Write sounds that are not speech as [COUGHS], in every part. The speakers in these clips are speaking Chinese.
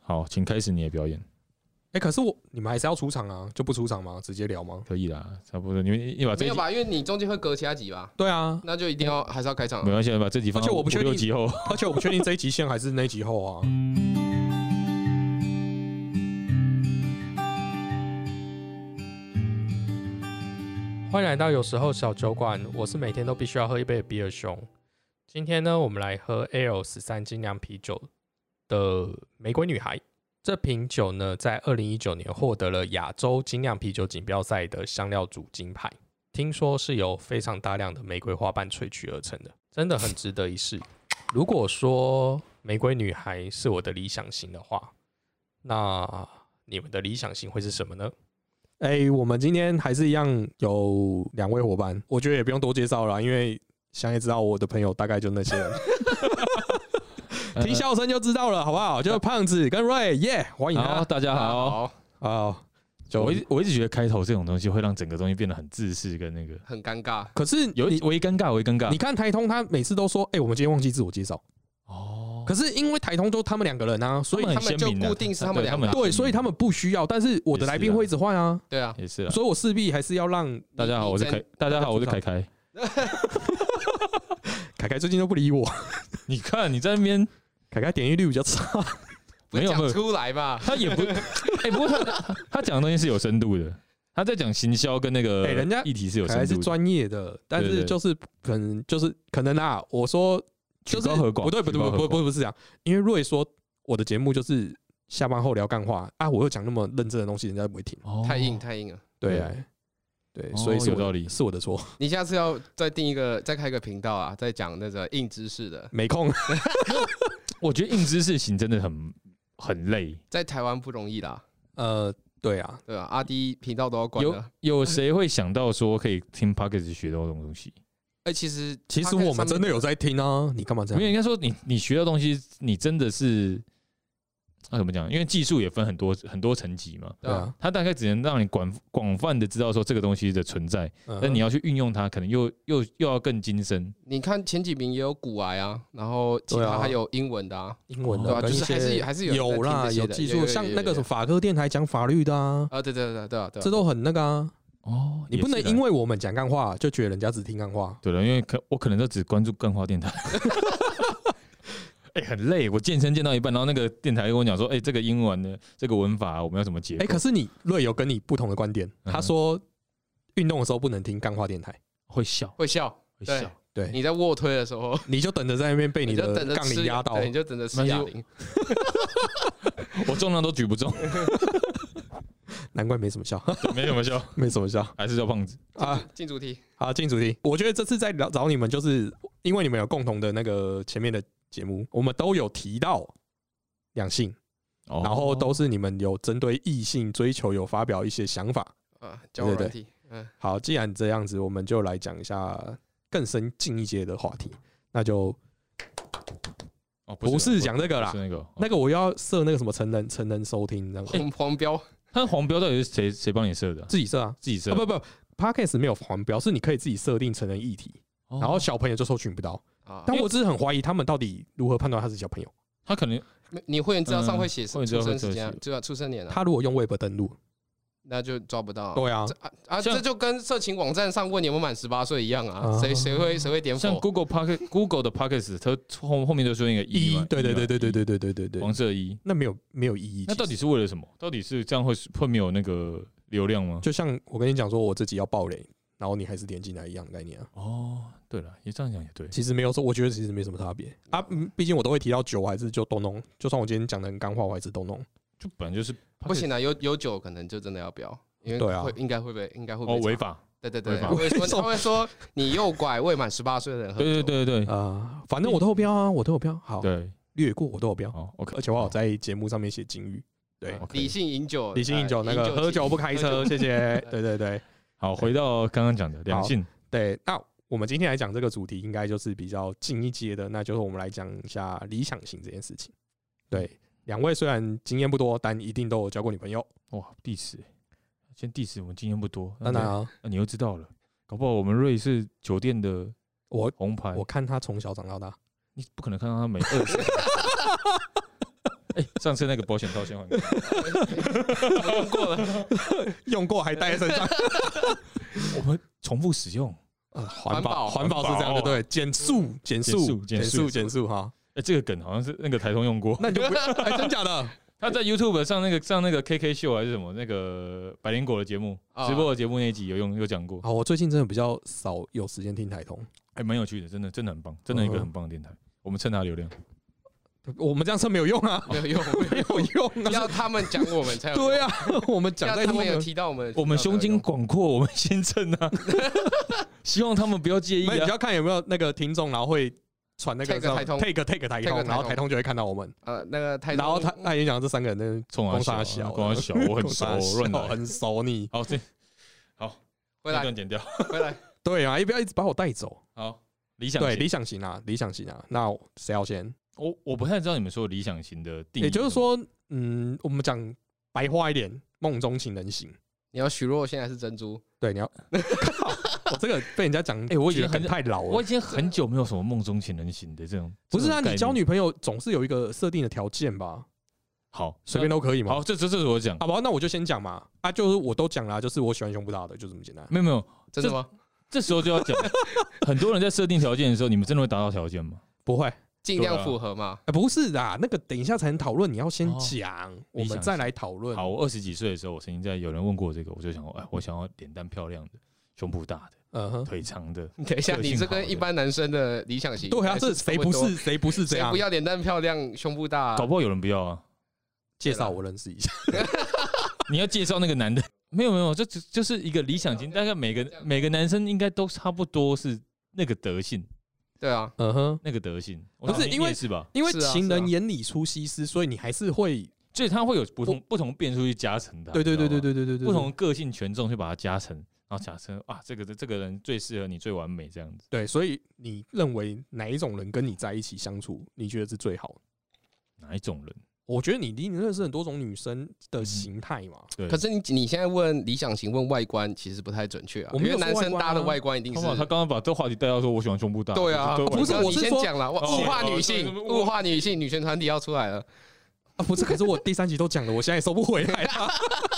好，请开始你的表演，哎、可是我你们还是要出场啊，就不出场吗？直接聊吗？可以啦，差不多。你们你啊把这没一集有吧？因为你中间会隔其他集吧，对啊，那就一定要还是要开场没啊。关系，把这集放而且到我不确定六集后。 [LAUGHS] 而且我不确定这一集先还是那一集后啊。欢迎来到有时候小酒馆，我是每天都必须要喝一杯的比尔熊。今天呢，我们来喝 L 十三精酿啤酒的玫瑰女孩。这瓶酒呢，在二零一九年获得了亚洲精酿啤酒锦标赛的香料组金牌，听说是由非常大量的玫瑰花瓣萃取而成的，真的很值得一试。如果说玫瑰女孩是我的理想型的话，那你们的理想型会是什么呢？哎、我们今天还是一样有两位伙伴，我觉得也不用多介绍了，因为想也知道我的朋友大概就那 [LAUGHS] 些人，呃 [LAUGHS] 听笑声就知道了，好不好？呃就是胖子跟瑞耶欢迎好，他大家好。好，啊！就我一直我一直觉得开头这种东西会让整个东西变得很自私跟那个很尴尬。可是有你一微尴尬，微尴尬。你看台通，他每次都说，哎、我们今天忘记自我介绍，哦，可是因为台通就他们两个人啊，所以他们他们很就鲜明啊固定是他们对两个很对，所以他们不需要，但是我也是的来宾啊会一直换啊，对啊，也是啊。所以我势必还是要让大家好，你我是你凯真。大家好，我是大家凯知凯。凯凯最近都不理我， [LAUGHS] 你看你在那边，凯凯点击率比较差，不没是有没讲有出来吧？ [LAUGHS] 他也不， [LAUGHS] 哎，不过他他讲的东西是有深度的。他在讲行销跟那个哎人家议题是有凯凯深是度的。专业的，但对是对就是可能就是可能啊，我说就是曲高和寡不对不曲对高不和不不不是这样，因为瑞说我的节目就是下班后聊干话啊，我又讲那么认真的东西，人家不会听，哦太硬太硬了。对对啊对，哦所以是有我的道理是我的错， [LAUGHS] 你下次要再定一个，再开一个频道啊，再讲那个硬知识的，没空，我觉得硬知识型真的很很累。在台湾不容易啦，呃，对啊，对吧、阿迪频道都要关有了。有谁会想到说可以听 p o c k e t 学到这种东西？哎、其实其实 podcast 我们真的有在听啊，你干嘛这没有，应样？该说你你学到东西，你真的是那、怎么讲？因为技术也分很多很多层级嘛，对啊，它大概只能让你广广泛的知道说这个东西的存在，嗯但你要去运用它，可能又又又要更精深。你看前几名也有古癌啊，然后其对他啊还有英文的啊，英文对的啊跟一就是还是些还是有有啦，在听这些有的技有有术，有像有那个有什么法科电台讲法律的啊，啊，对对对对对，这都很那个啊，哦你不能因为为我们讲干话就觉得人家只听干话，对了，因为可我可能都只关注干花 [LAUGHS] 电台。哎、很累。我健身健到一半，然后那个电台跟我讲说：“哎、这个英文的这个文法，我们要怎么解构？”哎、可是你瑞有跟你不同的观点，嗯他说运动的时候不能听干话电台，会笑，会笑。会对笑。对，你在卧推的时候，你就等着在那边哎被你就等的着杠铃吃压到对，，你就等着吃没哑关系铃。 [LAUGHS] 我重量都举不重，难怪没什么笑， [LAUGHS] 对 [LAUGHS] 没什么笑，没什么 [LAUGHS] 笑还是叫胖子。啊。进主题，好，进主题，我觉得这次在聊找你们，就是因为你们有共同的那个前面的节目，我们都有提到两性，然然后都是你们有针对异性追求有发表一些想法。啊，交对友对软体，嗯，好，既然这样子，我们就来讲一下更深进一阶的话题，那就哦，不不是是讲这个哦不啦是。那个那个我要设那个什么成人成人收听，这样子黄黄标他黄标到底是谁谁帮你设的啊？自己设啊，自己设啊不不，Podcast 没有黄标，是你可以自己设定成人议题，哦然后小朋友就搜寻不到。啊，但我只是很怀疑他们到底如何判断他是小朋友。他可能没你会员资料上会写嗯出会员资料生会时间啊写，就要出生年啊，他如果用 Web 登录，那就抓不到啊。对啊，这啊啊，像这就跟色情网站上问你有没有满十八岁一样啊，啊谁谁会谁会点像否？ Google Pocket Google 的 Pockets，它后后面都出现一个一一嘛，对对一嘛对对对一对对对对对，黄色一，那没有没有意义。那到其底实是为了什么？到底是这样会会没有那个流量吗？就像我跟你讲说，我自己要爆雷，然后你还是点进来一样的概念啊。哦，对了，也这样讲也对，其实没有说，我觉得其实没什么差别啊。嗯毕竟我都会提到酒，我还是就都弄。就算我今天讲的很干话，我还是都弄。就本来就是不行啊，有有酒可能就真的要标，因为对啊会应该会被应该会被哦，查违。法，对对对，违法他会说为什么他会说你诱拐未满十八岁的人喝酒。对对对对啊，反正我都有标啊，我都有标。好，对，略过我都有标，好 OK，而且我有在节目上面写警语。对， OK 理性饮酒，理性饮酒呃那个喝酒不开车，谢谢。对对对好，回到刚刚讲的两性，对，那我们今天来讲这个主题，应该就是比较近一阶的，那就是我们来讲一下理想型这件事情。对，两位虽然经验不多，但一定都有交过女朋友。哇，diss，欸先 diss，我们经验不多，那当你然啊，那你又知道了，搞不好我们瑞士酒店的我红牌我，看他从小长到大， [LAUGHS] 你不可能看到他每二十，哎上次那个保险套先还给我。我用过了，用过还带在身上。我们重复使用，呃，环环保保环保是这环样的，保对，减速减速减速减减速速减速哈。 [LAUGHS] 哎，这个梗好像是那个台通用过。那你就不，哎，真假的？他在 YouTube 上那个上那个 KK 秀还是什么那个百灵果的节目啊直播的节目那一集有用有讲过，啊，我最近真的比较少有时间听台通，还蛮有趣的，真的真的很棒，真的一个嗯哼很棒的电台。我们蹭他流量，我们这样是没有用啊， [LAUGHS] 没有用，没没有有用啊。要他们讲我们才有 [LAUGHS] 用，对啊，我们讲要在他他们们有提啊到我们，我们胸襟广阔，我们先蹭啊。 [LAUGHS] 希望他们不要介意没有，你啊就。要看有没有那个听众，然后会传那个 Tag 台通 take take 台 tag 通，台通然后台通就会看到我们，呃那个台中，然后他他已经讲这三个人那冲公啊差小小啊，的公啊小，我很熟，啊我乱来。很熟你。好，这回这来段剪掉。回来，对啊，也不要一直把我带走。 [LAUGHS] 好，理想对，型理想型啊，理想型啊。那谁要先？我我不太知道你们说的理想型的定义，也就是，说，嗯，我们讲白话一点，梦中情人型。你要许若现在是珍珠，对，你要， [LAUGHS] 靠，我这个被人家讲，哎我已经觉得很太老我了已。经很久没有什么梦中情人型的这种。不是啊，这种概念你交女朋友总是有一个设定的条件吧？好随便都可以嘛。好，这这这是我讲，好吧，那我就先讲嘛。啊，就是我都讲了，就是我喜欢胸部大的，就这么简单。没有没有，真的吗？这时候就要 [LAUGHS] 讲，很多人在设定条件的时候，你们真的会达到条件吗？不会，尽量符合嘛，啊哎，不是啦，那个等一下才能讨论，你要先哦讲，我理想们再来讨论。好，我二十几岁的时候，我曾经在有人问过我这个，我就想说，哎，我想要脸蛋漂亮的，胸部大的，嗯哼，腿长的，等一下，个性你这好的跟一般男生的理想型，对啊，这谁不是？谁不是这谁样不？要脸蛋漂亮，胸部大搞？不好有人不要 [LAUGHS] 啊。介绍我认识一 [LAUGHS] 下。你要介绍那个男的，没有没有，这只就是一个理想型，大概每个每个男生应该都差不多是那个德性，对啊，嗯哼，那个德性。不是我想你因为也是吧？因为是啊情是人啊眼里出西施，所以你还是会所以他会有不同不同变数去加成的啊。对对你知道对吗对对对对对，不同个性权重去把它加成，然后假设啊，这个这个人最适合你，最完美这样子。对，所以你认为哪一种人跟你在一起相处，你觉得是最好的？哪一种人？我觉得你你认识很多种女生嗯的形态嘛， [LAUGHS] 对，可是你你现在问理想型，问外观，其实不太准确啊，我因没有为男说外生观啊搭的外观一定他是把他刚刚把这话题带到说，我喜欢胸部大。对啊，就就不是我你是先说讲了，哦物化女哦性，对物化女性，女权团体要出来了。啊，不是？可是我第三集都讲了，我现在也收不回来了。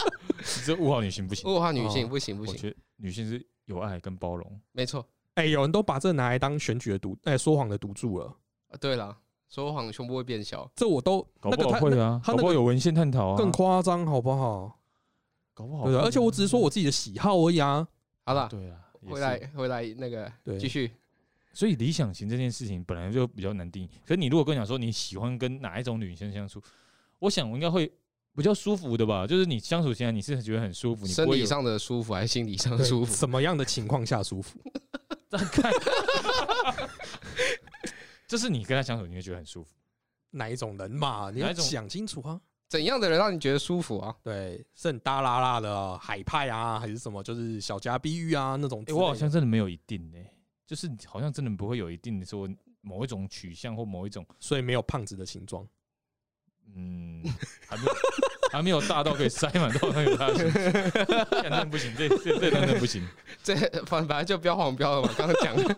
[LAUGHS] 这物化女性不行。物化女性哦不行不我行，觉得女性是有爱跟包容，没错。哎、有人都把这拿来当选举的赌，哎、说谎的赌注了。啊对了，说谎胸部会变小，这我都搞那不个好他会啊，他搞那不好个有文献探讨啊，更夸张，好不好？搞不好对不对？会啊而且我只是说我自己的喜好而已啊。好了，对啊，也回是来回来那个对继续。所以理想型这件事情本来就比较难定义。可是你如果跟我讲说你喜欢跟哪一种女生相处，我想我应该会比较舒服的吧？就是你相处起来你是觉得很舒服，你生不会理有上的舒服还是心理上的对舒服？什么样的情况下舒服？大概，就是你跟他相处你会觉得很舒服。哪一种人嘛？你哪要一种想清楚啊。怎样的人让你觉得舒服啊？ [LAUGHS] 对，是很大拉拉的啊海派啊，还是什么，就是小家碧玉啊那种之哎、类的。我好像真的没有一定呢、就是好像真的不会有一定的说某一种取向或某一种，所以没有胖子的形状。 [LAUGHS] 嗯，还没有还没有大到可以塞满到那个大型，干那不 [LAUGHS] 行，这这这真的不 [LAUGHS] 行。这反反正就标黄标了嘛，刚刚讲的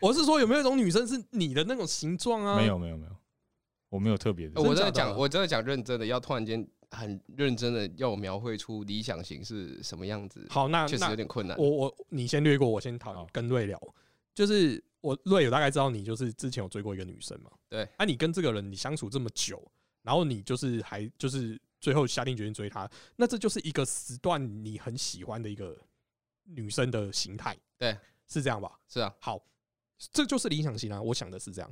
我是说，有没有一种女生是你的那种形状啊？没，有没有没有，我没有特别的。[LAUGHS] 我真真的的假的讲，我真的讲认真的，要突然间很认真的要我描绘出理想型是什么样子，好，那确实有那点困难。我我你先略过，我先讨好跟瑞聊。就是我瑞有大概知道你就是之前有追过一个女生嘛？对啊，你跟这个人你相处这么久，然后你就是还就是最后下定决心追她，那这就是一个时段你很喜欢的一个女生的形态。对，是这样吧？是啊，好，这就是理想型啊！我想的是这样。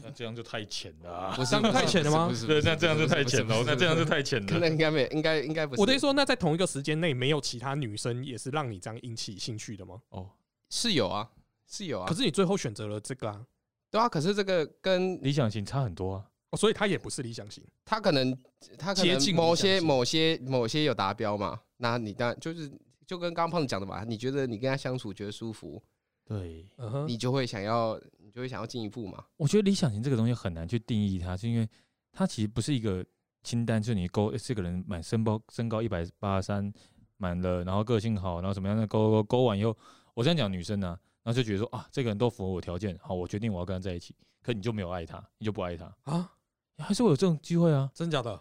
那这样就太浅了、啊。不是这样不是太浅了吗不是不对，是那这样就太浅了，那这样就太浅可能了。应该没，应该应该不是。我的意思说，那在同一个时间内，没有其他女生也是让你这样引起兴趣的吗？哦，是有啊，是有啊可，是你最后选择了这个啊，对啊。可是这个跟理想型差很多啊。哦所以它也不是理想型。他可能他可接近能理某想些型某些某些有达标嘛，那你当然就是就跟刚刚胖子讲的嘛，你觉得你跟他相处觉得舒服，对，嗯哼，你就会想要你就会想要进一步嘛。我觉得理想型这个东西很难去定义它，是因为它其实不是一个清单，就是你勾、哎诶这个人满身高身高一百八三，满了，然后个性好，然后怎么样的勾勾勾完以后，我这样讲女生呢、然后就觉啊得说啊，这个人都符合我条件，好，我决定我要跟他在一起。可你就没有爱他，你就不爱他，啊，还是会有这种机会啊。真假的？哦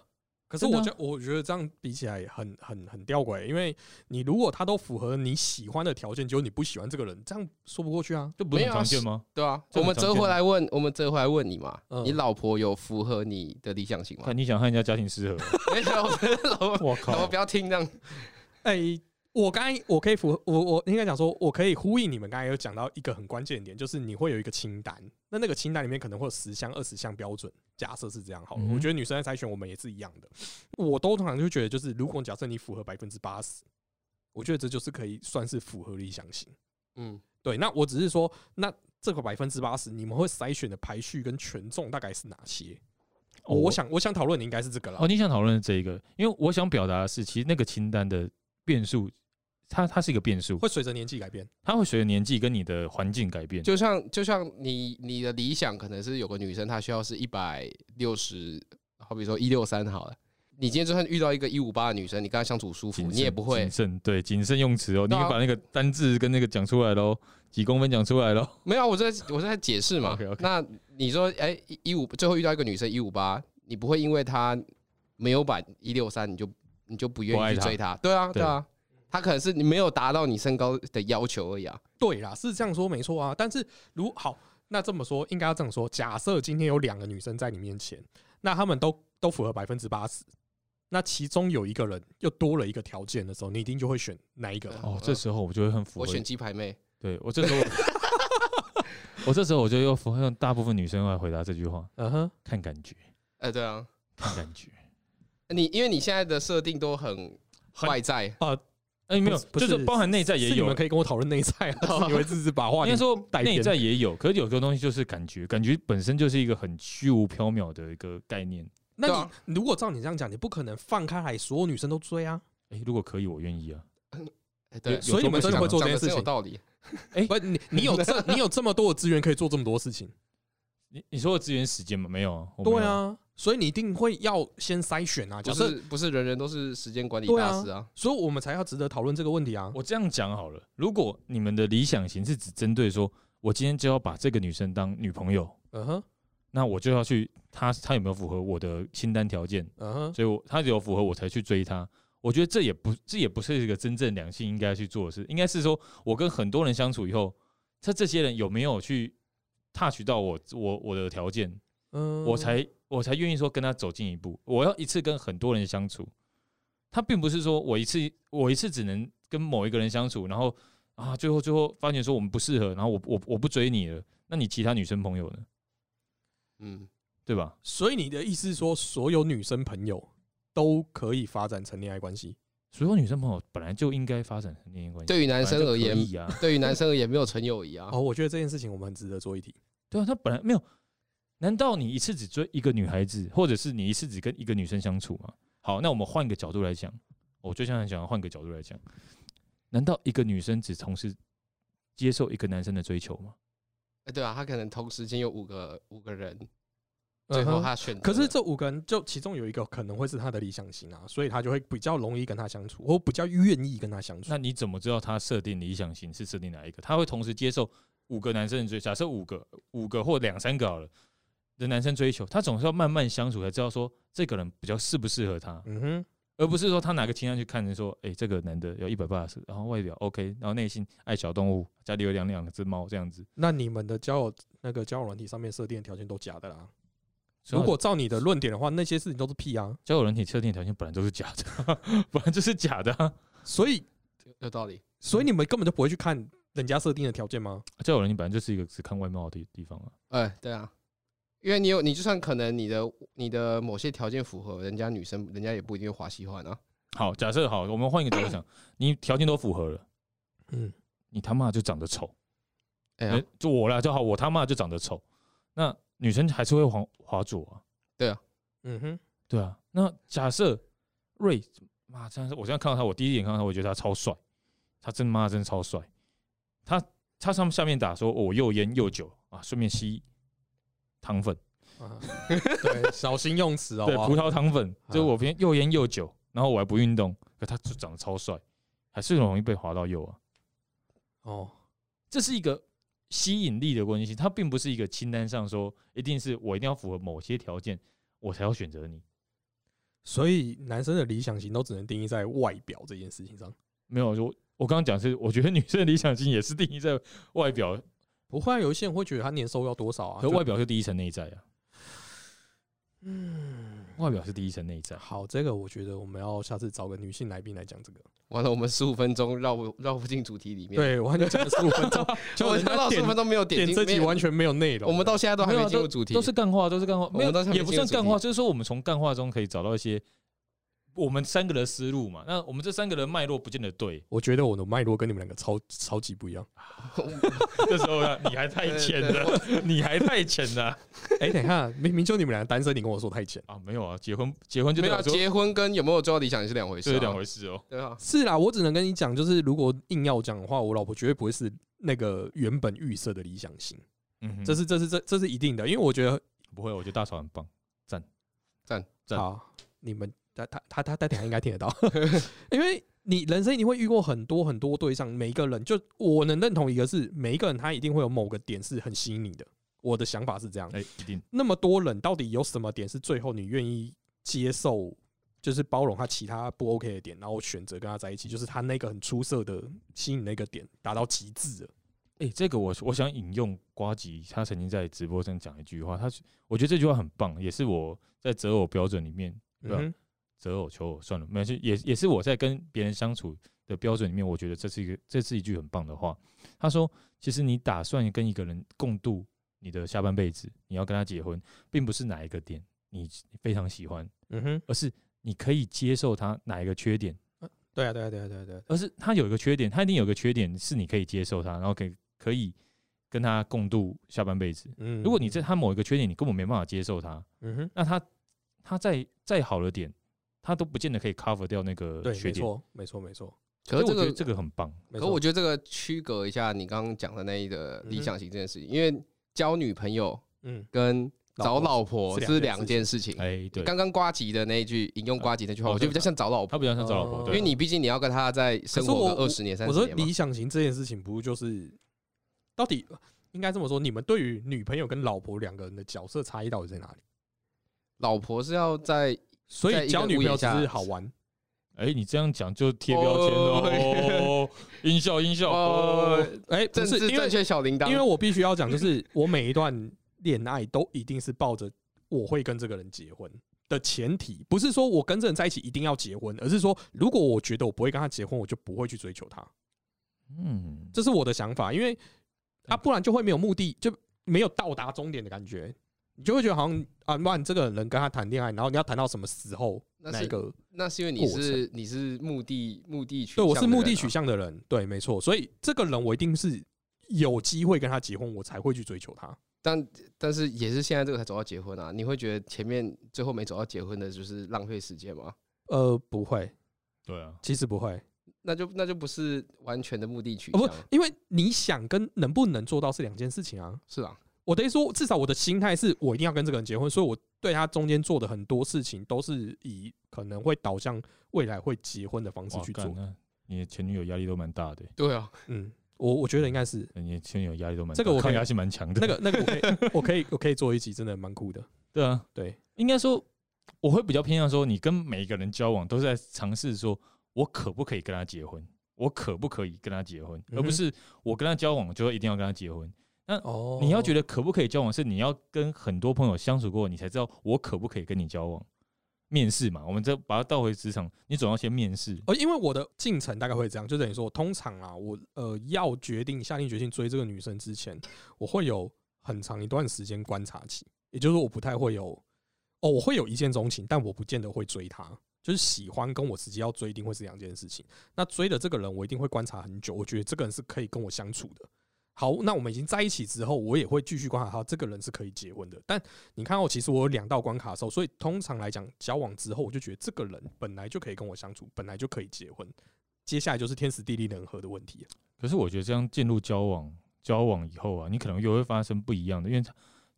可是真的我啊觉我觉得这样比起来很很很吊诡，因为你如果他都符合你喜欢的条件，就你不喜欢这个人，这样说不过去啊。这不是没有很啊常见吗？对啊，这我很们常见折回来问，我们折回来问你嘛，嗯你老婆有符合你的理想型 [LAUGHS] 吗看？你想和人家家庭 [LAUGHS] 适合， [LAUGHS] 没有，老婆我老婆靠不！要听这样。哎、我刚才我可以符合我我应该讲说，我可以呼应你们刚才有讲到一个很关键的点，就是你会有一个清单，那那个清单里面可能会有十项、二十项标准，假设是这样好了。嗯哼我觉得女生在筛选我们也是一样的，我都通常就觉得就是，如果假设你符合百分之八十，我觉得这就是可以算是符合理想型。嗯，对，那我只是说，那这个百分之八十，你们会筛选的排序跟权重大概是哪些？哦我想，我想讨论的应该是这个啦。哦，你想讨论的这一个，因为我想表达的是，其实那个清单的变数，它它是一个变数，会随着年纪改变，它会随着年纪跟你的环境改变。就像就像你你的理想可能是有个女生，她需要是一百六十，好比说一六三好了。你今天就算遇到一个一五八的女生，你跟她相处舒服，谨你也慎不会谨慎，对谨慎用词哦，你对啊把那个单字跟那个讲出来喽，几公分讲出来喽。没有啊，我在我在解释嘛。 OK，OK 那你说，哎、一一五最后遇到一个女生一五八，你不会因为她没有把一六三，你就你就不不愿爱意去她追她？对啊，对对啊，她可能是你没有达到你身高的要求而已啊。对啦，是这样说没错啊。但是如好，那这么说，应该要这样说：假设今天有两个女生在你面前，那她们都都符合百分之八十，那其中有一个人又多了一个条件的时候，你一定就会选哪一个嘛？哦，这时候我就会很符合我，选鸡排妹，对我这时候我，我这时候我就又符合大部分女生来回答这句话，嗯哼，看感觉，哎、对啊，看感觉。你因为你现在的设定都很很外在，哎，没有，不就是是包含内在也是你有啊们，可以跟我讨论内在 [LAUGHS] 啊，还是你会自己把话应该题说带内偏在也有，可是有个东西就是感觉，感觉本身就是一个很虚无缥缈的一个概念。那对啊你如果照你这样讲，你不可能放开来所有女生都追啊。哎，如果可以，我愿意啊。哎对有，所以你们真的会做这讲件的事真有情？道理。不，你你有这你有这么多的资源可以做这么多事情？你你说的资源时间吗？没有啊，我没有 [LAUGHS] 对，啊，所以你一定会要先筛选啊。假不设，是不是人人都是时间管理对啊大师啊，所以我们才要值得讨论这个问题啊。我这样讲好了，如果你们的理想型是只针对说，我今天就要把这个女生当女朋友，嗯哼，那我就要去她她有没有符合我的清单条件，嗯哼，所以我她有符合我才去追她。我觉得这也不这也不是一个真正良性应该去做的事，应该是说我跟很多人相处以后，这这些人有没有去 touch 到我我我的条件，嗯，我才我才愿意说跟他走近一步。我要一次跟很多人相处，他并不是说我一次我一次只能跟某一个人相处，然后啊最后最后发现说我们不适合，然后我我我不追你了，那你其他女生朋友呢？嗯，对吧？所以你的意思是说，所有女生朋友都可以发展成恋爱关系？所有女生朋友本来就应该发展成恋爱关系，对于男本来就生而可言，以啊，对于男生而言没有纯友谊啊哦，，我觉得这件事情我们很值得做一题。对啊，他本来没有。难道你一次只追一个女孩子，或者是你一次只跟一个女生相处吗？好，那我们换一个角度来讲，我就想想换个角度来讲，难道一个女生只同时接受一个男生的追求吗？哎对啊，他可能同时间有五个五个人，最嗯后哼他选择了，可是这五个人，就其中有一个可能会是他的理想型啊，所以他就会比较容易跟他相处，或比较愿意跟他相处那。你怎么知道他设定理想型是设定哪一个？他会同时接受五个男生的追，假设五个、五个或两三个好了的男生追求，他总是要慢慢相处才知道说这个人比较适不适合他，嗯哼，而不是说他拿个清单去看着说，哎、这个男的有一百八十，然后外表 OK，然后内心爱小动物，家里有养两只猫这样子。那你们的交友那个交友软体上面设定的条件都假的啦。所以如果照你的论点的话，那些事情都是屁啊。交友人体设定条件本来就是假的， [LAUGHS] 本来就是假的、啊。所以，有道理。所以你们根本就不会去看人家设定的条件吗？ [LAUGHS] 交友人体本来就是一个只看外貌的地方啊。哎，对啊，因为你有，你就算可能你的你的某些条件符合，人家女生人家也不一定会滑喜欢啊。好，假设好，我们换一个角度想，你条件都符合了，嗯，你他妈就长得丑，哎呃呀，就我啦就好，我他妈就长得丑，那女生还是会滑滑左啊，嗯哼，对啊。那假设瑞，妈，真的是我现在看到他，我第一眼看到他，我觉得他超帅，他真妈真超帅，他他上下面打说，哦我又烟又酒啊，顺便吸糖粉，啊， [LAUGHS] 对，小心用词哦。对，葡萄糖粉，就是啊我偏又烟又酒，然后我还不运动，可他就长得超帅，还是很容易被滑到右啊。哦，这是一个吸引力的关系，它并不是一个清单上说一定是我一定要符合某些条件，我才要选择你。所以男生的理想型都只能定义在外表这件事情上。没有，我我刚刚讲是，我觉得女生的理想型也是定义在外哦表，不会、啊，有一些人会觉得他年收要多少啊？可就外表是第一层内在啊，嗯，外表是第一层内在。好，这个我觉得我们要下次找个女性来宾来讲这 [LAUGHS] 个。完了，我们十五分钟绕不绕不进主题里面。，对，我完全讲了十五分钟，就我人们家到十点五分钟没有点 [LAUGHS] 点进这集没有完全没有内容。，我们到现在都还没有啊没进入主题，都是干话，都是干话，我没有们都是还没也不算进入干主话，题就是说我们从干话中可以找到一些我们三个人的思路嘛。那我们这三个人脉络不见得对我觉得我的脉络跟你们两个超超级不一样。 [LAUGHS] 这时候啊你还太浅了，你还太浅了哎、等一下，明明就你们两个单身，你跟我说太浅。啊！没有啊，结婚结婚就没有代啊表说结婚跟有没有最后理想也是两回事这啊，是两回事哦。对啊，是啦，我只能跟你讲，就是如果硬要讲的话，我老婆绝对不会是那个原本预设的理想型，嗯哼，这是这是这这是一定的，因为我觉得不会，我觉得大嫂很棒。赞好，你们他他他他他等一下应该听得到，因为你人生一定会遇过很多很多对象，每一个人就我能认同一个是每一个人他一定会有某个点是很吸引你的，我的想法是这样。哎，一定那么多人到底有什么点是最后你愿意接受，就是包容他其他不 OK 的点，然后选择跟他在一起，就是他那个很出色的吸引那个点达到极致了。哎、这个我我想引用瓜吉，他曾经在直播上讲一句话，他是我觉得这句话很棒，也是我在择偶标准里面对啊嗯哼，择偶求偶算了，没关系，也也是我在跟别人相处的标准里面，我觉得这是一个这是一句很棒的话。他说，其实你打算跟一个人共度你的下半辈子，你要跟他结婚，并不是哪一个点你非常喜欢，嗯哼，而是你可以接受他哪一个缺点，对啊，对啊，对啊，对啊，对啊。而是他有一个缺点，他一定有个缺点是你可以接受他，然后可以可以跟他共度下半辈子。嗯如果你在他某一个缺点，你根本没办法接受他，嗯哼，那他他再再好的点，他都不见得可以 cover 掉那个对，缺没点。错，没错，没错，可是所这以我觉得个这个很棒，没可错。我觉得这个区隔一下你刚刚讲的那一个理想型这件事情，因为交女朋友嗯，跟找老婆是是两两件件事情。哎，对，刚刚瓜吉的那一句引用瓜吉那句话，哦我觉得比较像找老他婆，比较像找老婆，哦对因为你毕竟你要跟他在生可是活我个二十年、三我十说年嘛理。想型这件事情，不就是到底应该这么说？你们对于女朋友跟老婆两个人的角色差异到底在哪里？老婆是要在所在以一个交女朋屋友檐只下是好玩，哎，你这样讲就贴标签了哦，音效音效，呃哦哎、不政是治因为正确小铃铛，因为我必须要讲，就是我每一段恋爱都一定是抱着我会跟这个人结婚的前提，不是说我跟这个人在一起一定要结婚，而是说如果我觉得我不会跟他结婚，我就不会去追求他，嗯，这是我的想法，因为啊，不然就会没有目的，就没有到达终点的感觉。你就会觉得好像啊，不然这个人跟他谈恋爱，然后你要谈到什么时候？那哪是一个？那是因为你过是你是目的目的取对我向是的目人的啊取向的人，对，没错。所以这个人我一定是有机会跟他结婚，我才会去追求他。但但是也是现在这个才走到结婚啊，你会觉得前面最后没走到结婚的就是浪费时间吗？呃，不会，对啊，其实不会。那就那就不是完全的目的取哦向，不，因为你想跟能不能做到是两件事情啊。是啊，我等于说，至少我的心态是我一定要跟这个人结婚，所以我对他中间做的很多事情都是以可能会导向未来会结婚的方式哇去，做干。那你的前女友压力都蛮大的，对啊，嗯，我我觉得应该是你的前女友压力都蛮大，这个我可抗以压性蛮强的，那个那个我可以我可以我可以做一集，真的蛮酷的。对啊，对，应该说，我会比较偏向说，你跟每一个人交往都是在尝试说，我可不可以跟他结婚，我可不可以跟他结婚，嗯哼而不是我跟他交往就一定要跟他结婚。 [LAUGHS] 哦你要觉得得可不可以交往，是你要跟很多朋友相处过，你才知道我可不可以跟你交往。面试嘛，我们再把它倒回职场，你总要先面试。哦，因为我的进程大概会这样，就等于说，通常啊，我呃要决定下定决心追这个女生之前，我会有很长一段时间观察期，也就是我不太会有哦，我会有一见钟情，但我不见得会追她，就是喜欢跟我实际要追一定会是两件事情。那追的这个人，我一定会观察很久，我觉得这个人是可以跟我相处的。好，那我们已经在一起之后，我也会继续观察他这个人是可以结婚的。但你看哦，其实我有两道关卡的时候，所以通常来讲，交往之后我就觉得这个人本来就可以跟我相处，本来就可以结婚。接下来就是天时地利人和的问题了。可是我觉得这样进入交往，交往以后啊，你可能又会发生不一样的，因为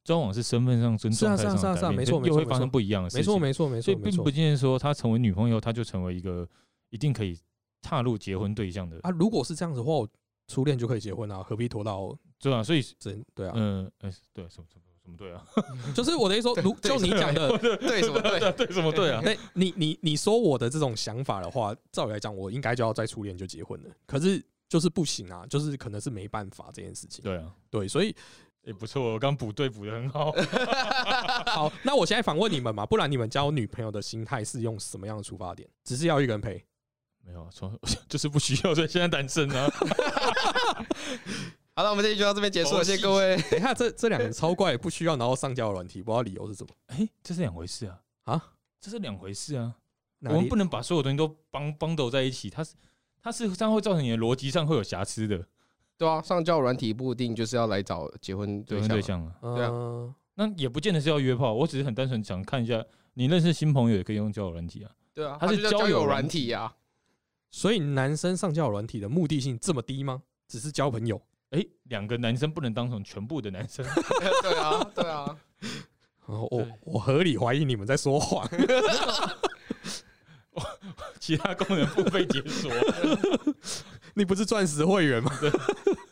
交往是身份上尊是啊重态上是啊的是啊改变，没错没又错会没发生错不一样的事没情。错，没错，没啊所错，以没并错不。见得说她成为女朋友，她就成为一个一定可以踏入结婚对象的，啊，如果是这样子的话，我初恋就可以结婚啊，何必拖到对啊，所以真对啊？嗯呃，对什么什么什什么对啊？ [LAUGHS] 就是我的意思说，如对就你讲的，对什 [LAUGHS] 么对？对什么对啊？那你你你说我的这种想法的话，照理来讲，我应该就要再初恋就结婚了。可是就是不行啊，就是可能是没办法这件事情。对啊，对，所以也不错，哦我刚补对补的很 [LAUGHS] 好。好，那我现在反问你们嘛，不然你们交女朋友的心态是用什么样的出发点？只是要一个人陪，没有，啊从 [LAUGHS] 就是不需要，所以现在单身 [LAUGHS] 啊。 [LAUGHS] 好了，我们这一集就到这边结束哦了，佛谢系谢各位。等一下，这这两个超怪，不需要，然后上交友软体，不知道理由是什么哎，这是两回事啊，啊？这是两回事啊。哪我们里不能把所有东西都帮帮斗在一起，它是它是这样会造成你的逻辑上会有瑕疵的对啊，上交友软体不一定就是要来找结婚对对象对啊，象啊。对啊嗯那也不见得是要约炮，我只是很单纯想看一下，你认识新朋友也可以用交友软体啊。对啊，它是就叫交交友友软软体 [LAUGHS] 体啊。所以男生上交友软体的目的性这么低吗？只是交朋友？哎，两个男生不能当成全部的男生， [LAUGHS] 对啊，对啊，哦我对我合理怀疑你们在说谎。 [LAUGHS] 其他功能付费解 [LAUGHS] 锁。你不是钻石会员吗？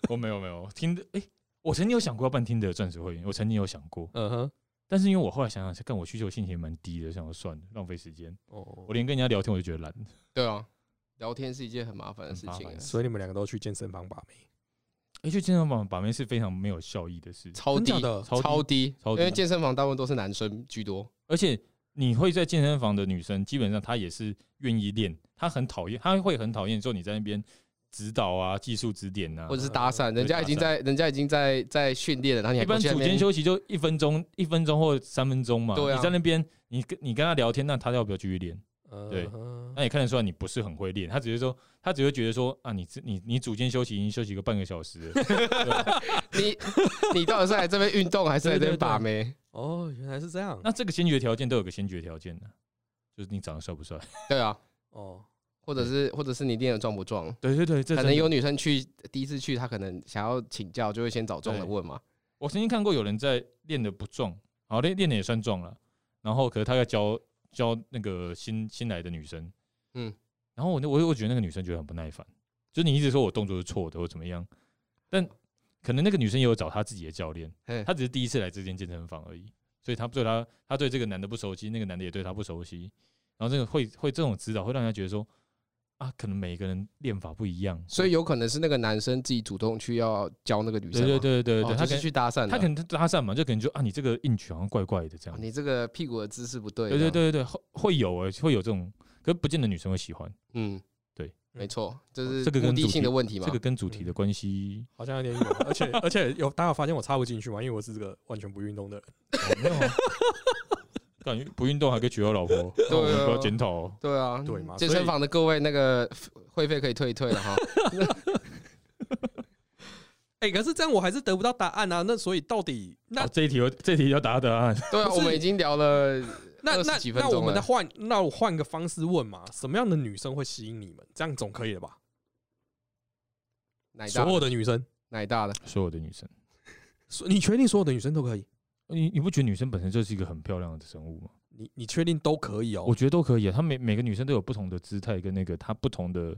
我哦没有没有听的，哎，我曾经有想过要办听的钻石会员，我曾经有想过，嗯哼，但是因为我后来想想，跟我需求性也蛮低的，想说算了，浪费时间。哦我，连跟人家聊天我就觉得懒。对啊，聊天是一件很麻烦的很事麻情啊烦，所以你们两个都去健身房把妹，哎，去健身房把妹是非常没有效益的事，超真低假的超低超低，超因低为健身房大部分都是男生居多。而且你会在健身房的女生，基本上她也是愿意练，她很讨厌，她会很讨厌说你在那边指导啊、技术指点啊或。者是搭讪，对人家已经搭讪在，人家已经在在训练了，然后你还一过般哎去那组边间休息就一分钟、一分钟或三分钟嘛。对啊你在那边，你跟你跟她聊天，那她要不要继续练？对嗯那也看得出来你不是很会练，她只是说，她只会觉得说啊，你这你你组间休息已经休息个半个小时 [LAUGHS] 了，你你到底是来这边运动还是来这对对边对把妹？哦，原来是这样。那这个先决条件都有个先决条件的、就是你长得帅不帅。对啊，哦，或者是或者是你练的壮不壮？对对对，这可真能的有女生去第一次去，她可能想要请教，就会先找壮的问嘛。我曾经看过有人在练的不壮，好练练的也算壮了，然后可是他在教教那个新新来的女生，嗯，然后我就我就我觉得那个女生觉得很不耐烦，就是你一直说我动作是错的或怎么样，但可能那个女生也有找她自己的教练，嘿她只是第一次来这间健身房而已，所以她对她她对这个男的不熟悉，那个男的也对她不熟悉，然后这个会会这种指导会让人家觉得说啊，可能每个人练法不一样，所以有可能是那个男生自己主动去要教那个女对生嘛。对对对对哦对，他就是可去搭讪的。他可能搭讪嘛，就可能就啊，你这个硬举好像怪怪的这哦样。你这个屁股的姿势不对。啊对对这样，对对对，会会有哎、会有这种，可是不见得女生会喜欢。嗯，对，嗯没错，这是这个跟目的主题性的问题嘛这个。跟主题嗯的关系、好像有点远，而且 [LAUGHS] 而且有大家有发现我插不进去吗？因为我是这个完全不运动的人。哦没有啊。感觉不运动还可以娶到 [LAUGHS] 老婆，啊那我们不要检讨哦。对啊，对嘛健所以身房的各位那个会费可以退一 [LAUGHS] 退了哈。哎，可是这样我还是得不到答案啊。那所以到底那哦这一题有这一题要答答案， [LAUGHS] 对啊，不是我们已经聊了，那那20几分那钟了我们再换，那我换个方式问嘛，什么样的女生会吸引你们？这样总可以了吧？奶大所有的女生，奶大的，所有的女生，所你确定所有的女生都可以？你你不觉得女生本身就是一个很漂亮的生物吗？你你确定都可以我哦？觉得都可以啊，她每每个女生都有不同的姿态跟那个她不同的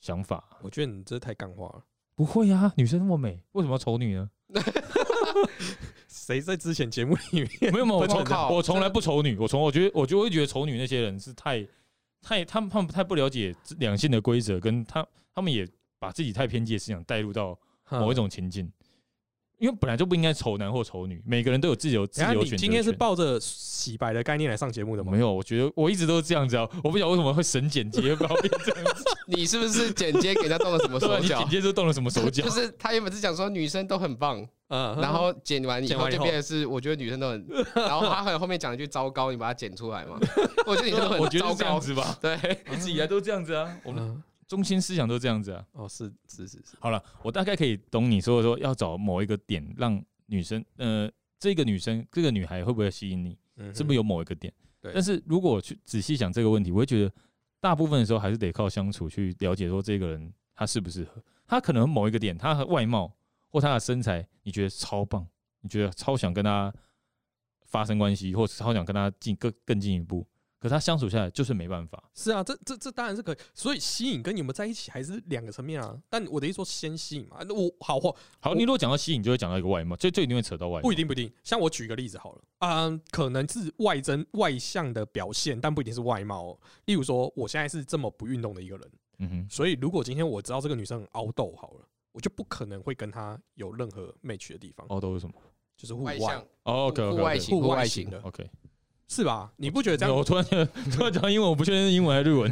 想法。我觉得你这太干话了。不会啊，女生那么美，为什么要丑女呢？谁在之前节目里 [LAUGHS] 面？没有没有，我我从靠我从来不丑女，我从我觉得我就会觉得丑女那些人是太太他们他们太不了解两性的规则，跟他他们也把自己太偏激的思想带入到嗯某一种情境，因为本来就不应该丑男或丑女，每个人都有自由自等一下由你选择权。今天是抱着洗白的概念来上节目的吗没？有，我觉得我一直都是这样子啊，我不晓得为什么会神剪接，不知道变这样子，你是不是剪接给人家动了什么对啊，手你脚剪？接就动了什么手脚 [LAUGHS] 就？是他原本是讲说女生都很棒，嗯然后剪完以剪后完以就后变成是，我觉得女生 [LAUGHS] 都很，然后他很后面讲了一句糟糕，你把它剪出来嘛，我觉得你都我很觉得糟是这样糕，子吧，对，一直以来都这样子啊，我们嗯中心思想都这样子啊。哦，是是是是，好了，我大概可以懂你说的说要找某一个点让女生，呃，这个女生这个女孩会不会吸引你，是不是有？有某一个点？嗯对但是如果我去仔细想这个问题，我会觉得大部分的时候还是得靠相处去了解说这个人他适不适合。他可能某一个点，他的外貌或他的身材，你觉得超棒，你觉得超想跟他发生关系，或超想跟他进更更进一步。可是他相处下来就是没办法。是啊，这这这当然是可以，所以吸引跟你们在一起还是两个层面啊。但我的意思说，先吸引嘛，啊那我好或好，我你如果讲到吸引，就会讲到一个外貌，这这一定会扯到外貌不一。定不一定。像我举个例子好了，啊、可能是外征外向的表现，但不一定是外貌、哦。例如说，我现在是这么不运动的一个人，嗯哼，所以如果今天我知道这个女生很凹痘好了，我就不可能会跟她有任何 match 的地方，哦，都是什么？就是户外外向哦，OK 户外 OK 型，户户外外哦型型的， OK。是吧？你不觉得这没有我样突然突然讲到英文，我不确定是英文还是日文。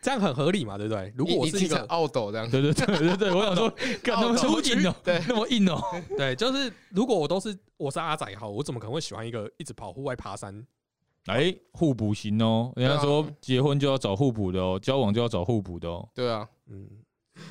这样很合理嘛？对不对？如如果我是一个奥斗这样，对对对对对，我想说，干他们这么硬哦，对，那么硬哦。对，就是如果我都是我是阿仔好，我怎么可能会喜欢一个一直跑户外爬山？哎，互补型哦，人家对啊说结婚就要找互补的哦，交往就要找互补的哦，对啊，嗯，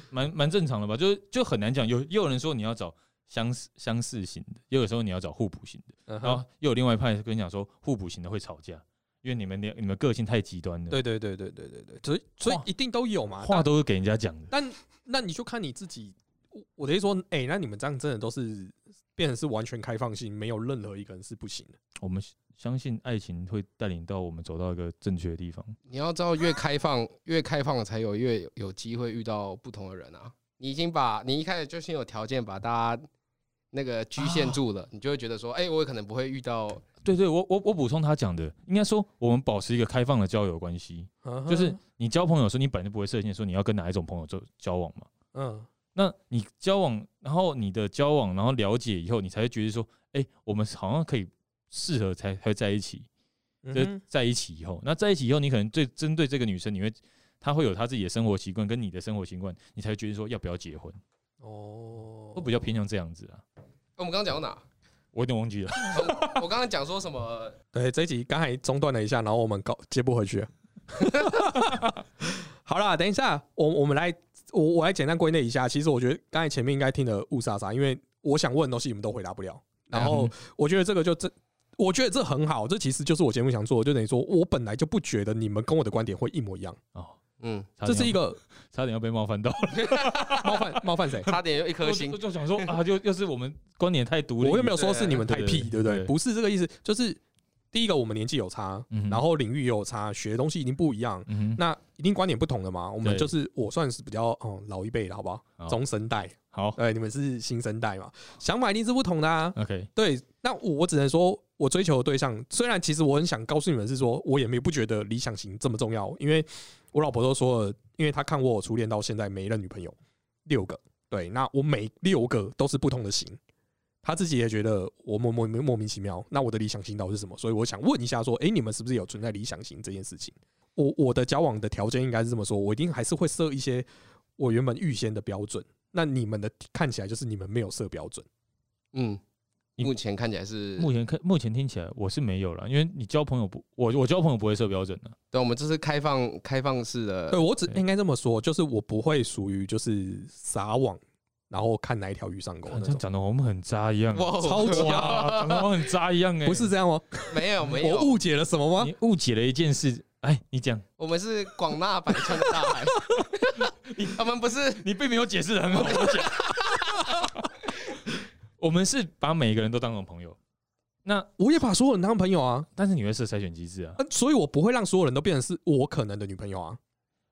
蛮蛮正常的吧？就是就很难讲，有也有人说你要找相似相似型的，也有时候你要找互补型的，然然后哦又有另外一派跟你讲说互补型的会吵架，因为你们两你们个性太极端了。，对对对对对对对，所以所以话一定都有嘛。话都是给人家讲的。但那你就看你自己，我我的意思说，哎、那你们这样真的都是变成是完全开放性，没有任何一个人是不行的。我们相信爱情会带领到我们走到一个正确的地方。你要知道越开放 [COUGHS] 越开放才有越有有机会遇到不同的人啊。你已经把你一开始就先有条件把大家那个局限住啊了，你就会觉得说，哎，我可能不会遇到，对对，我我我补充他讲的，应该说我们保持一个开放的交友关系，嗯就是你交朋友的时候，你本来就不会设限说你要跟哪一种朋友做交往嘛。嗯，那你交往，然后你的交往，然后了解以后，你才会觉得说，哎、我们好像可以适合才才会在一起。嗯就是哼在一起以后，那在一起以后，你可能对针对这个女生，你会她会有她自己的生活习惯跟你的生活习惯，你才会决定说要不要结婚，哦，会比较偏向这样子啊。我们刚刚 [COUGHS] 讲到哪？我有点忘记了，我刚刚讲说什么？对，这一集刚才中断了一下，然后我们搞接不回去了。 [LAUGHS] 好啦，等一下，我我们来，我我来简单归类一下。其实我觉得刚才前面应该听得雾煞煞，因为我想问的东西你们都回答不了。然后我觉得这个就这，我觉得这很好，这其实就是我节目想做的，就等于说我本来就不觉得你们跟我的观点会一模一样，哦，嗯，差这点是一要个差点要被冒 [LAUGHS] 犯到了，冒犯冒犯谁？差点又一颗嗯我星就。就想说啊，就又是我们观点太独立，我又没有说是你们太屁，对对不对？对不是这个意思，就是第一个我们年纪有差嗯，哼然后领域也有差，学的东西一定不一样。嗯哼，那一定观点不同的嘛。我们对就是我算是比较嗯老一辈了，好不好？好中生代，好对，你们是新生代嘛，想法一定是不同的啊。 ，OK，对，那我我只能说，我追求的对象，虽然其实我很想告诉你们是说，我也没有不觉得理想型这么重要，因为我老婆都说了，因为她看我初恋到现在每一任女朋友六个，对，那我每六个都是不同的型，她自己也觉得我莫莫莫名其妙，那我的理想型到底是什么？所以我想问一下，说，诶，你们是不是有存在理想型这件事情？我我的交往的条件应该是这么说，我一定还是会设一些我原本预先的标准，那你们的看起来就是你们没有设标准。嗯，目前看起来是，目前看目前听起来我是没有了，因为你交朋友不，我我交朋友不会设标准的，对，我们这是开放开放式对的，呃我只对应该这么说，就是我不会属于就是撒网，然后看哪一条鱼上钩好那像种，讲的我们很渣一样，哇，超级哇，哦讲的我们很渣一样哎，不是这样吗？没有没我哦有，误解了什么吗？你误解了一件事，哎，你讲，我们是广纳百川的大海，我们不是 [LAUGHS] 你并没有解释的很好，我讲， [LAUGHS] 我们是把每一个人都当成朋友，那我也把所有人当朋友啊，但是你会设筛选机制啊，呃所以我不会让所有人都变成是我可能的女朋友啊。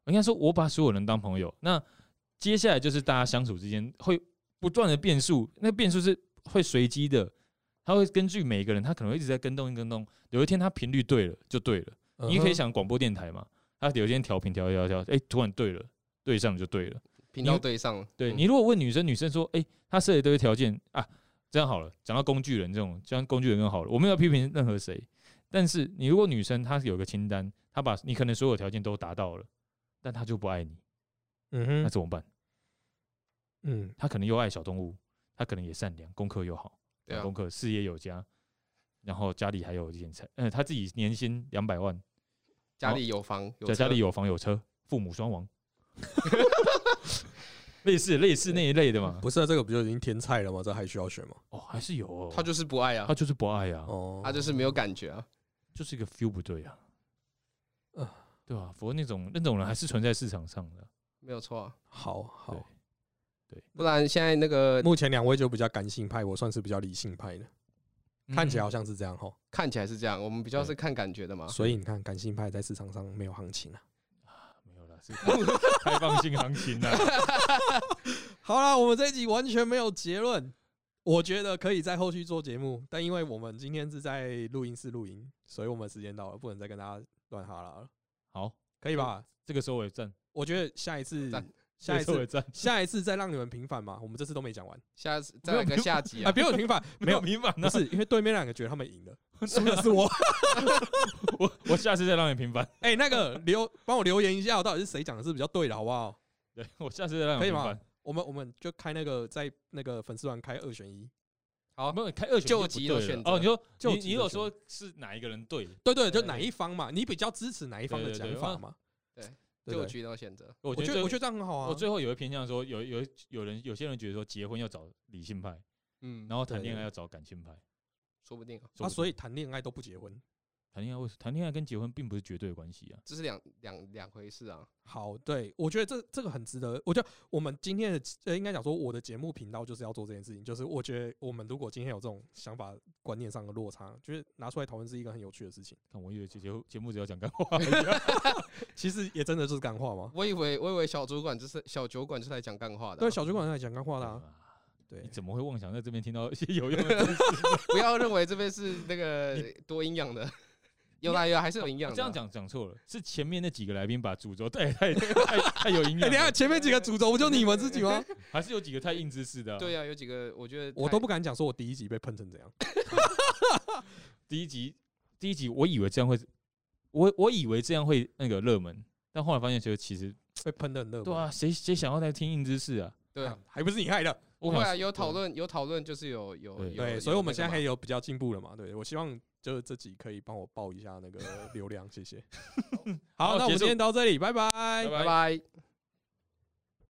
我应该说我把所有人当朋友，那接下来就是大家相处之间会不断的变数，那变数是会随机的。他会根据每一个人，他可能会一直在跟动跟动。有一天他频率对了就对了，嗯你也可以想广播电台嘛，他有一天调频调调调，哎、突然对了，对上就对了。频道对上了，对嗯你如果问女生，女生说，哎、她设的这些条件啊，这样好了，讲到工具人这种，这样工具人更好了，我没有要批评任何谁，但是你如果女生她有个清单，她把你可能所有条件都达到了，但她就不爱你，嗯那哼，怎么办？嗯，她可能又爱小动物，她可能也善良，功课又好，对啊功，课事业有加，然后家里还有点财，嗯、她自己年薪两百万，家里有房，有在家里有，有房有车，父母双亡， [LAUGHS] 类似类似那一类的嘛，不是、啊、这个不就已经天菜了吗？这还需要学吗？哦，还是有、哦，他就是不爱啊他，就是不爱啊。哦，他就是没有感觉啊，就是一个 feel 不对啊，呃对吧、啊？不过那种那种人还是存在市场上的，没有错啊，好好。不然现在那个目前两位就比较感性派，我算是比较理性派的。看嗯起来好像是这样哈。看起来是这样，我们比较对是看感觉的嘛。所以你看，感性派在市场上没有行情啊。嗯没有啦，是开放性行情 [LAUGHS] 啊。好啦，我们这一集完全没有结论，我觉得可以在后续做节目，但因为我们今天是在录音室录音，所以我们时间到了，不能再跟大家乱哈拉了，好，可以吧？这个收尾赞，我觉得下一次赞，下一这个收尾次，赞下一次再让你们平反嘛，我们这次都没讲完下次再来个下集啊，啊，不用平反， [LAUGHS] 没有，平反不是因为对面两个觉得他们赢了，输 [LAUGHS] 的是我。我我下次再让你平反。哎，那个留帮我留言一下，到底是谁讲的是比较对的，好不好？对我下次再让你可以平吗反。我们我们就开那个在那个粉丝团开二选一，好，没有开二选一就不急对的了选择哦，你说就你急你的有选说是哪一个人对的？对对，就对哪一方嘛，你比较支持哪一方的对对讲对法嗯嘛？对对不就对，局的选择。我我觉觉得最得我觉得这样很好啊。我最后有一个偏向说，有有有人有些人觉得说结婚要找理性派，嗯，然后谈对恋爱对要找感性派。说不定啊，啊，所以以谈恋爱都不结婚。谈恋爱为什谈恋爱跟结婚并不是绝对的关系啊。这是两两两回事啊。好，对我觉得这这个很值得。我觉得我们今天的呃，应该讲说我的节目频道就是要做这件事情，就是我觉得我们如果今天有这种想法观念上的落差，就是拿出来讨论是一个很有趣的事情。看我以为节节节目只要讲干话而 [LAUGHS] 已啊，其实也真的就是干话嘛，我以为我以为小主管就是小酒馆是来讲干话的啊，对，小主管在讲干话啦。对啊你，怎么会妄想在这边听到一些 [LAUGHS] 有用的知识？不要认为这边是那个多营养的， [LAUGHS] 有啦有啦还是有营养的啊。这样讲讲错了，是前面那几个来宾把主轴带太太太有营养哎，等一下了，前面几个主轴不就你们自己吗？还是有几个 [LAUGHS] 太硬知识的啊。对啊，有几个我觉得我太都不敢讲说我第一集被喷成怎样。第一集，第一集我以为这样会，我我以为这样会那个热门，但后来发现其实其实被喷的很热门。对啊，谁谁想要来听硬知识啊？对啊啊，，还不是你害的。我会想啊，有讨论有讨论就是有有对有对，有所以我们那个现在嘛还有比较进步了嘛。对，我希望就是这集可以帮我报一下那个流量，谢谢。好，好那我结们束今天到这里，拜拜。拜拜拜。